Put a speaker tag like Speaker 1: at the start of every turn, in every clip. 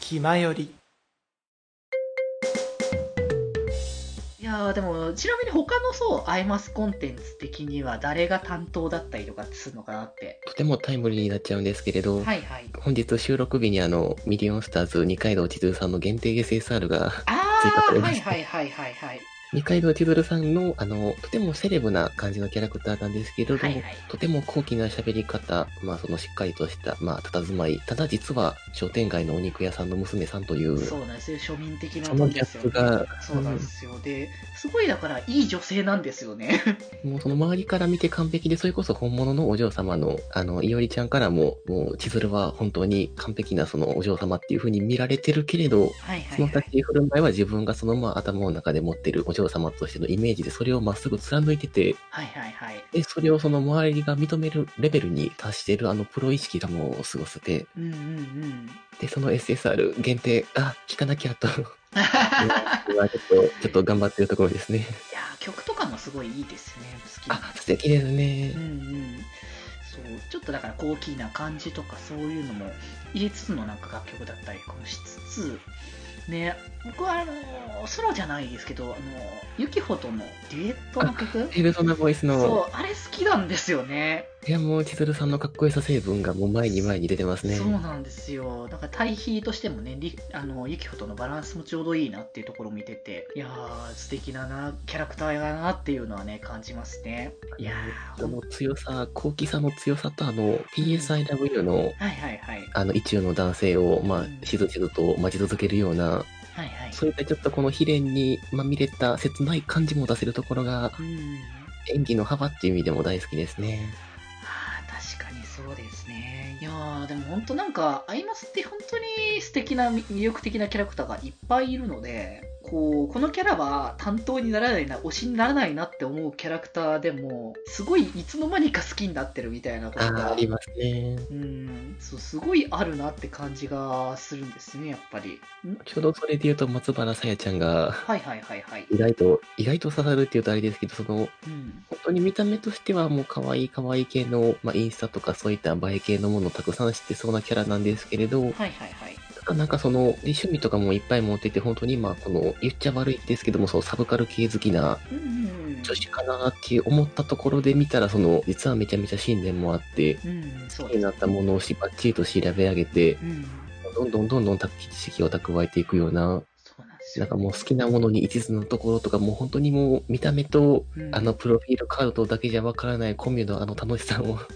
Speaker 1: 気まより
Speaker 2: いやーでもちなみに他のそうアイマスコンテンツ的には誰が担当だったりとかするのかなって
Speaker 3: とてもタイムリーになっちゃうんですけれど、
Speaker 2: はいはい
Speaker 3: 本日収録日にあの、ミリオンスターズ二階堂千鶴さんの限定 SSR が、
Speaker 2: あ
Speaker 3: 追加さ
Speaker 2: あ
Speaker 3: れ
Speaker 2: は
Speaker 3: ま
Speaker 2: い
Speaker 3: した
Speaker 2: はいはいはいはい
Speaker 3: 二階堂千鶴さんの、あの、とてもセレブな感じのキャラクターなんですけれど、
Speaker 2: はいはい
Speaker 3: とても高貴な喋り方、まあそのしっかりとした、まあ佇まい、ただ実は商店街のお肉屋さんの娘さんという、
Speaker 2: そうなんですよ庶民的な
Speaker 3: その
Speaker 2: ん
Speaker 3: ギ
Speaker 2: で
Speaker 3: ャ
Speaker 2: す
Speaker 3: ッ
Speaker 2: よ
Speaker 3: プ
Speaker 2: ね
Speaker 3: が、
Speaker 2: そうなんですよですごいだからいい女性なんですよね
Speaker 3: もうその周りから見て完璧で、それこそ本物のお嬢様の、あの、いおりちゃんからも、もう千鶴は本当に完璧なそのお嬢様っていう風に見られてるけれど、
Speaker 2: はいは
Speaker 3: そ
Speaker 2: い
Speaker 3: の
Speaker 2: はい
Speaker 3: 立ち振る舞いは自分がそのまま頭の中で持ってるお嬢様としてのイメージでそれをまっすぐ貫いてて、
Speaker 2: はいはいはい
Speaker 3: で、それをその周りが認めるレベルに達してるあのプロ意識がもうすごすて、
Speaker 2: うんうんうん
Speaker 3: で、その SSR 限定、あ、聞かなきゃ と、今ちょっと、ちょっと頑張ってるところですね。
Speaker 2: いやー曲とかもすごいいいですね好きな
Speaker 3: あ、素敵です
Speaker 2: うん
Speaker 3: ね。
Speaker 2: うんそうちょっとだから高貴な感じとかそういうのも入れつつのなんか楽曲だったりもしつつね僕はあのーソロじゃないですけどあのーユキホとのデュエットの曲
Speaker 3: ペルソナボイスの、
Speaker 2: そうあれ好きなんですよね
Speaker 3: いやもう千鶴さんのかっこよさ成分がもう前に前に出てますね
Speaker 2: そ。うなんですよだから対比としてもねりあのユキホとのバランスもちょうどいいなっていうところを見てていやー素敵だなキャラクターだなっていうのはね感じますねいやー
Speaker 3: そ
Speaker 2: ほん
Speaker 3: の強さ、高貴さの強さとあの、PSIW の
Speaker 2: はいはいはい
Speaker 3: あの、意中の男性を、
Speaker 2: う
Speaker 3: ま
Speaker 2: ん
Speaker 3: あ、しずしずと待ち続けるような、
Speaker 2: はいはい
Speaker 3: そういったちょっとこの悲恋にまみれた切ない感じも出せるところが、
Speaker 2: うん
Speaker 3: 演技の幅っていう意味でも大好きですね。
Speaker 2: あー確かにそうですねいやーでも本当なんかアイマスって本当に素敵な魅力的なキャラクターがいっぱいいるのでこうこのキャラは担当にならないな推しにならないなって思うキャラクターでもすごいいつの間にか好きになってるみたいなこ
Speaker 3: あ
Speaker 2: と
Speaker 3: ー
Speaker 2: が
Speaker 3: ありますね。
Speaker 2: うんそうすごいあるなって感じがするんですねやっぱりん
Speaker 3: ちょうどそれで言うと松原さやちゃんが、
Speaker 2: はいはいはいはい、
Speaker 3: 意外と、意外と刺さるっていうとあれですけど、その、
Speaker 2: うん、
Speaker 3: 本当に見た目としてはもう可愛い可愛い系の、まあ、インスタとかそういった映え系のものをたくさん知ってそうなキャラなんですけれど、
Speaker 2: はいはいはい
Speaker 3: ただなんかその、で趣味とかもいっぱい持ってて、本当に今この、言っちゃ悪いですけども、そのサブカル系好きな、
Speaker 2: うんうん
Speaker 3: 女子かなって思ったところで見たらその実はめちゃめちゃ信念もあって
Speaker 2: うん、うん、そ
Speaker 3: 好
Speaker 2: う
Speaker 3: き
Speaker 2: で
Speaker 3: に
Speaker 2: す
Speaker 3: なったものをしばっちりと調べ上げて
Speaker 2: うん
Speaker 3: どんどんどんどん知識を蓄えていくような
Speaker 2: そうなんですよ
Speaker 3: なんかもう好きなものに一途のところとかもう本当にもう見た目と
Speaker 2: うん
Speaker 3: あのプロフィールカードだけじゃわからないコミュのあの楽しさを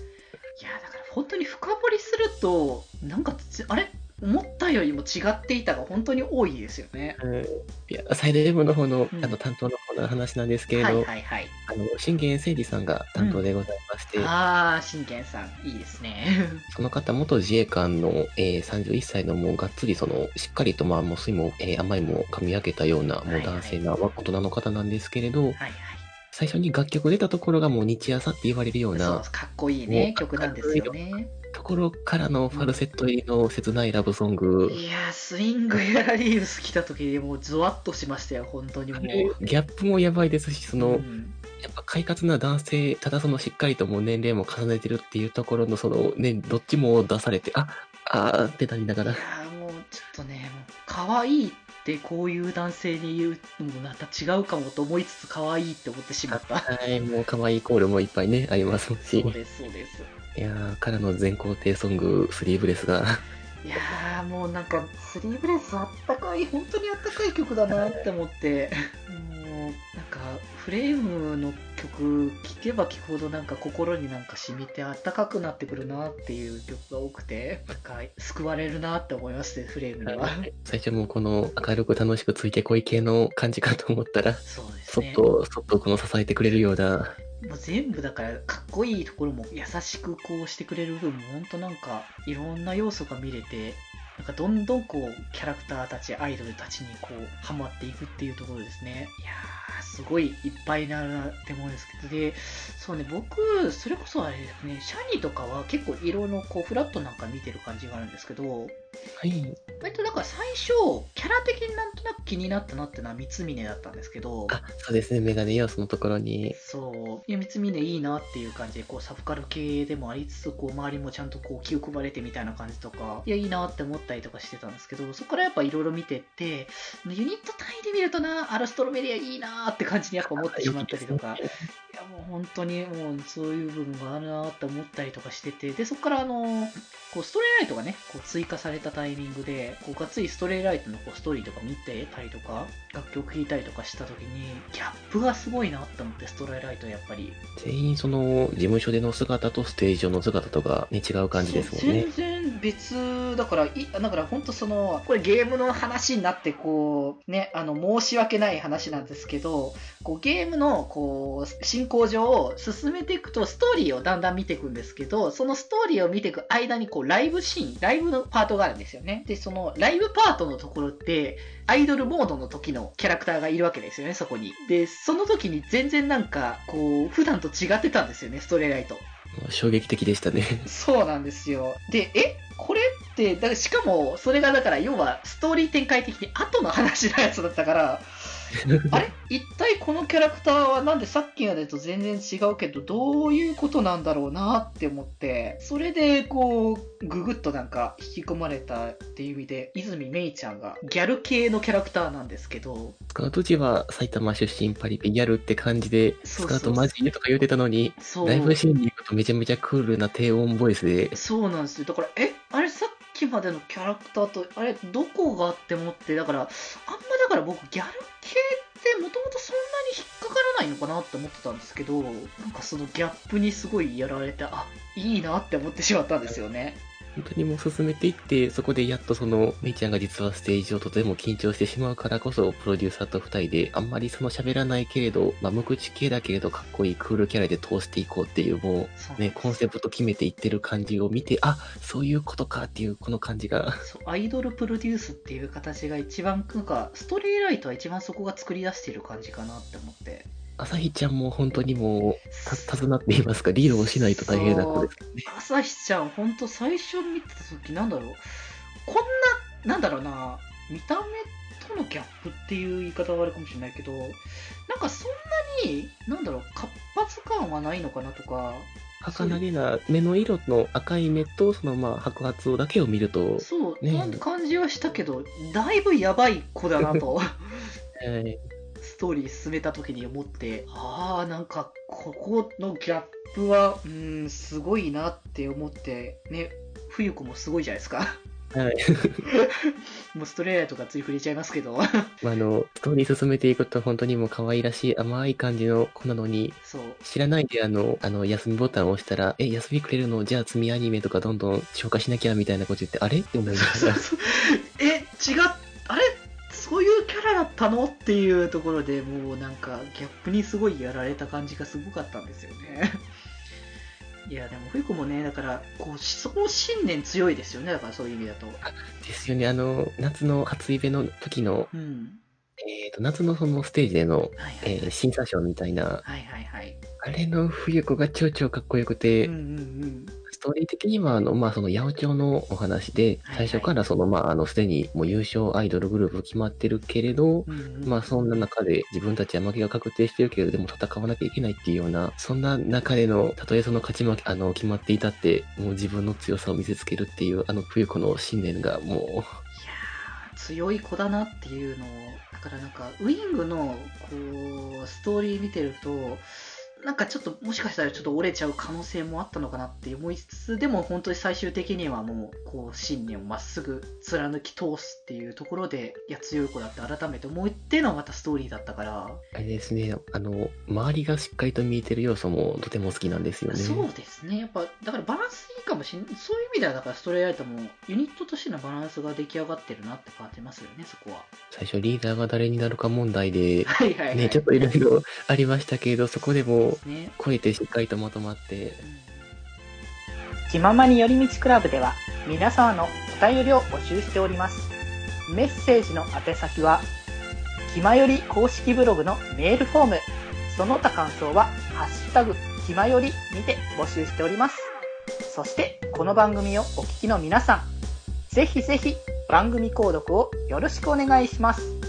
Speaker 2: いやだから本当に深掘りするとなんかつあれ思ったよりも違っていたが本当に多いですよね。
Speaker 3: いやサイレムの方の
Speaker 2: うん
Speaker 3: あの担当の方の話なんですけれ
Speaker 2: はい
Speaker 3: ど
Speaker 2: はいはい。
Speaker 3: あの信玄誠治さんが担当でございまして
Speaker 2: ああ真剣さんいいですね。
Speaker 3: その方、元自衛官の、えー31歳のもうがっつりその、しっかりとまあ、もう酸いも、えー甘いも噛み分けたような、
Speaker 2: はい
Speaker 3: も
Speaker 2: は
Speaker 3: う
Speaker 2: い
Speaker 3: 男性な、大人の方なんですけれど、
Speaker 2: はい
Speaker 3: 最初に楽曲出たところがもう日朝って言われるよ
Speaker 2: は
Speaker 3: う
Speaker 2: い。そう
Speaker 3: な
Speaker 2: かっこいい
Speaker 3: も
Speaker 2: ね
Speaker 3: う
Speaker 2: 曲なんですよね。
Speaker 3: ところからのファルセット入りの切ないラブソング、
Speaker 2: いやースイングやらリーブス来た時にもうゾワッとしましたよ本当にもう。
Speaker 3: ギャップもやばいですし、その、
Speaker 2: うん
Speaker 3: やっぱ快活な男性、ただそのしっかりともう年齢も重ねてるっていうところの、その、ね、どっちも出されて、あ、あーってなりなが
Speaker 2: いや
Speaker 3: ら、
Speaker 2: ーもうちょっとねもう可愛いってこういう男性に言うのもまた違うかもと思いつつ可愛いって思ってしまった。
Speaker 3: はい、もう可愛いコールもいっぱいね、ありますし
Speaker 2: そう。ですそうです。
Speaker 3: いやー、からの全肯定ソング、スリーブレス が、
Speaker 2: いやーもうなんかスリーブレスあったかい本当にあったかい曲だなって思ってもうなんかフレームの曲聴けば聴くほどなんか心になんか染みてあったかくなってくるなっていう曲が多くてなんか救われるなって思いますねフレームには
Speaker 3: 最初もこの明るく楽しくついてこい系の感じかと思ったら、
Speaker 2: そうです
Speaker 3: そっ
Speaker 2: ねも
Speaker 3: と、そっとこの支えてくれるような、
Speaker 2: う全部だからかっこいいところも優しくこうしてくれる部分も本当なんかいろんな要素が見れてなんかどんどんこうキャラクターたちアイドルたちにこうハマっていくっていうところですねいやーすごいいっぱいになるなって思うんですけどでそうね僕それこそあれですねシャニとかは結構色のこうフラットなんか見てる感じがあるんですけど
Speaker 3: はい。
Speaker 2: 割とだから最初キャラ的になんとなく気になったなってのは三峰だったんですけど
Speaker 3: あ、そうですね。メガネ要素のところに。
Speaker 2: そういや三峰いいなっていう感じでこうサブカル系でもありつつこう周りもちゃんとこう気を配れてみたいな感じとかいやいいなって思ったりとかしてたんですけどそこからやっぱいろいろ見てってユニット単位で見るとなアルストロメリアいいなって感じにやっぱ思ってしまったりとかいやもう本当にもうそういう部分があるなって思ったりとかしててでそこからあのこうストレイライトがねこう追加されたタイミングでこうがっつりストレイライトのこうストーリーとか見てたりとか楽曲聴いたりとかした時にギャップがすごいなって思ってストレイライトやっぱり
Speaker 3: 全員その事務所での姿とステージ上の姿とかね違う感じですもんね
Speaker 2: そう。全然別だからいだから本当そのこれゲームの話になってこうねあの申し訳ない話なんですけどこうゲームのこう進行上を進めていくとストーリーをだんだん見ていくんですけどそのストーリーを見ていく間にこうライブシーンライブのパートがあるんですよねでそのライブパートのところってアイドルモードの時のキャラクターがいるわけですよねそこにでその時に全然なんかこう普段と違ってたんですよねストレイライト
Speaker 3: もう衝撃的でしたね。
Speaker 2: そうなんですよ。で、えこれって、だからしかも、それがだから、要は、ストーリー展開的に後の話のやつだった から、あれ一体このキャラクターはなんでさっきのやつと全然違うけど、どういうことなんだろうなって思って、それで、こう、ぐぐっとなんか引き込まれたっていう意味で、泉芽衣ちゃんがギャル系のキャラクターなんですけど、
Speaker 3: スカート時は埼玉出身パリピギャルって感じで、
Speaker 2: そ
Speaker 3: ス
Speaker 2: うそ
Speaker 3: カ
Speaker 2: う
Speaker 3: ートマジでとか言うてたのに、
Speaker 2: そう。
Speaker 3: ライブシーンに行くとめちゃめちゃクールな低音ボイスで、
Speaker 2: そうなんですよだからえあれさっきまでのキャラクターとあれどこがって思ってだからあんまだから僕ギャル系ってもともとそんなに引っかからないのかなって思ってたんですけどなんかそのギャップにすごいやられてあいいなって思ってしまったんですよね
Speaker 3: 本当にもう進めていって、そこでやっとその、メイちゃんが実はステージ上とても緊張してしまうからこそ、プロデューサーと二人で、あんまりその喋らないけれど、まあ無口系だけれどかっこいいクールキャラで通していこうっていう、も
Speaker 2: そう
Speaker 3: う、ね、コンセプト決めていってる感じを見て、あ、そういうことかっていう、この感じが。
Speaker 2: そうアイドルプロデュースっていう形が一番なんかストレイライトは一番そこが作り出してる感じかなって思って
Speaker 3: 朝日ちゃんも本当にもう、た、手綱って言いますか、リードをしないと大変な子ですね。
Speaker 2: 朝日ちゃん、ほんと最初見てた時なんだろう、こんな、なんだろうな、見た目とのギャップっていう言い方はあるかもしれないけど、なんかそんなに、なんだろう、活発感はないのかなとか、
Speaker 3: 儚げな目の色の赤い目と、そのまあ白髪をだけを見ると、
Speaker 2: そう、
Speaker 3: ねえ
Speaker 2: なんて感じはしたけど、だいぶやばい子だなと、
Speaker 3: えー
Speaker 2: ストーリー進めた時に思って、ああ、なんかここのギャップは、うーん、すごいなって思って、ね、冬子もすごいじゃないですか。
Speaker 3: はい
Speaker 2: もうストレイライトがつい触れちゃいますけ ど。
Speaker 3: まあ、あの、ストーリー進めていくと本当にもう可愛らしい甘い感じの子なのに、
Speaker 2: そう。
Speaker 3: 知らないであの、あの、休みボタンを押したら、え、休みくれるのじゃあ積みアニメとかどんどん消化しなきゃみたいなこと言って、あれって思いまし
Speaker 2: そう
Speaker 3: た。
Speaker 2: そうえ、違っ、あれそういうキャラだったのっていうところでもうなんかギャップにすごいやられた感じがすごかったんですよね。いや、でも冬子もね、だから、こう、そこ信念強いですよね、だからそういう意味だと。
Speaker 3: ですよね、あの、夏の初イベの時の、
Speaker 2: うん。
Speaker 3: えっ、と、夏のそのステージでの、
Speaker 2: はいは
Speaker 3: え
Speaker 2: い。
Speaker 3: ー審査賞みたいな、
Speaker 2: はいはいはい。
Speaker 3: あれの冬子が超超かっこよくて、
Speaker 2: うんうんうん。
Speaker 3: ストーリー的には、あの、まあ、その、八百長のお話で、
Speaker 2: はいは
Speaker 3: 最
Speaker 2: い
Speaker 3: 初からその、まあ、あの、すでにもう優勝アイドルグループ決まってるけれど、
Speaker 2: うんうん
Speaker 3: まあそんな中で自分たちは負けが確定してるけれどでも戦わなきゃいけないっていうようなそんな中でのたとえその勝ち負けあの決まっていたってもう自分の強さを見せつけるっていうあの冬子の信念がも
Speaker 2: いやー強い子だなっていうのをだからなんかウイングのこうストーリー見てるとなんかちょっともしかしたらちょっと折れちゃう可能性もあったのかなって思いつつでも本当に最終的にはもうこう信念をまっすぐ貫き通すっていうところでいや強い子だって改めて思うっていうのはまたストーリーだったから、
Speaker 3: うあれですねあの周りがしっかりと見えてる要素もとても好きなんですよね
Speaker 2: そうですねやっぱだからバランスいいかもしれないそういう意味ではだからストレイライトもユニットとしてのバランスが出来上がってるなって感じますよねそこは。
Speaker 3: 最初リーダーが誰になるか問題で
Speaker 2: はいはいはい、
Speaker 3: ねちょっといろいろありましたけれどそこでも
Speaker 2: ね
Speaker 3: 超えてしっかりとまとまって
Speaker 1: 気ままに寄り道クラブでは皆様のお便りを募集しておりますメッセージの宛先は気まより公式ブログのメールフォームその他感想は「ハッシュタグ気まより」にて募集しておりますそしてこの番組をお聞きの皆さんぜひぜひ番組購読をよろしくお願いします。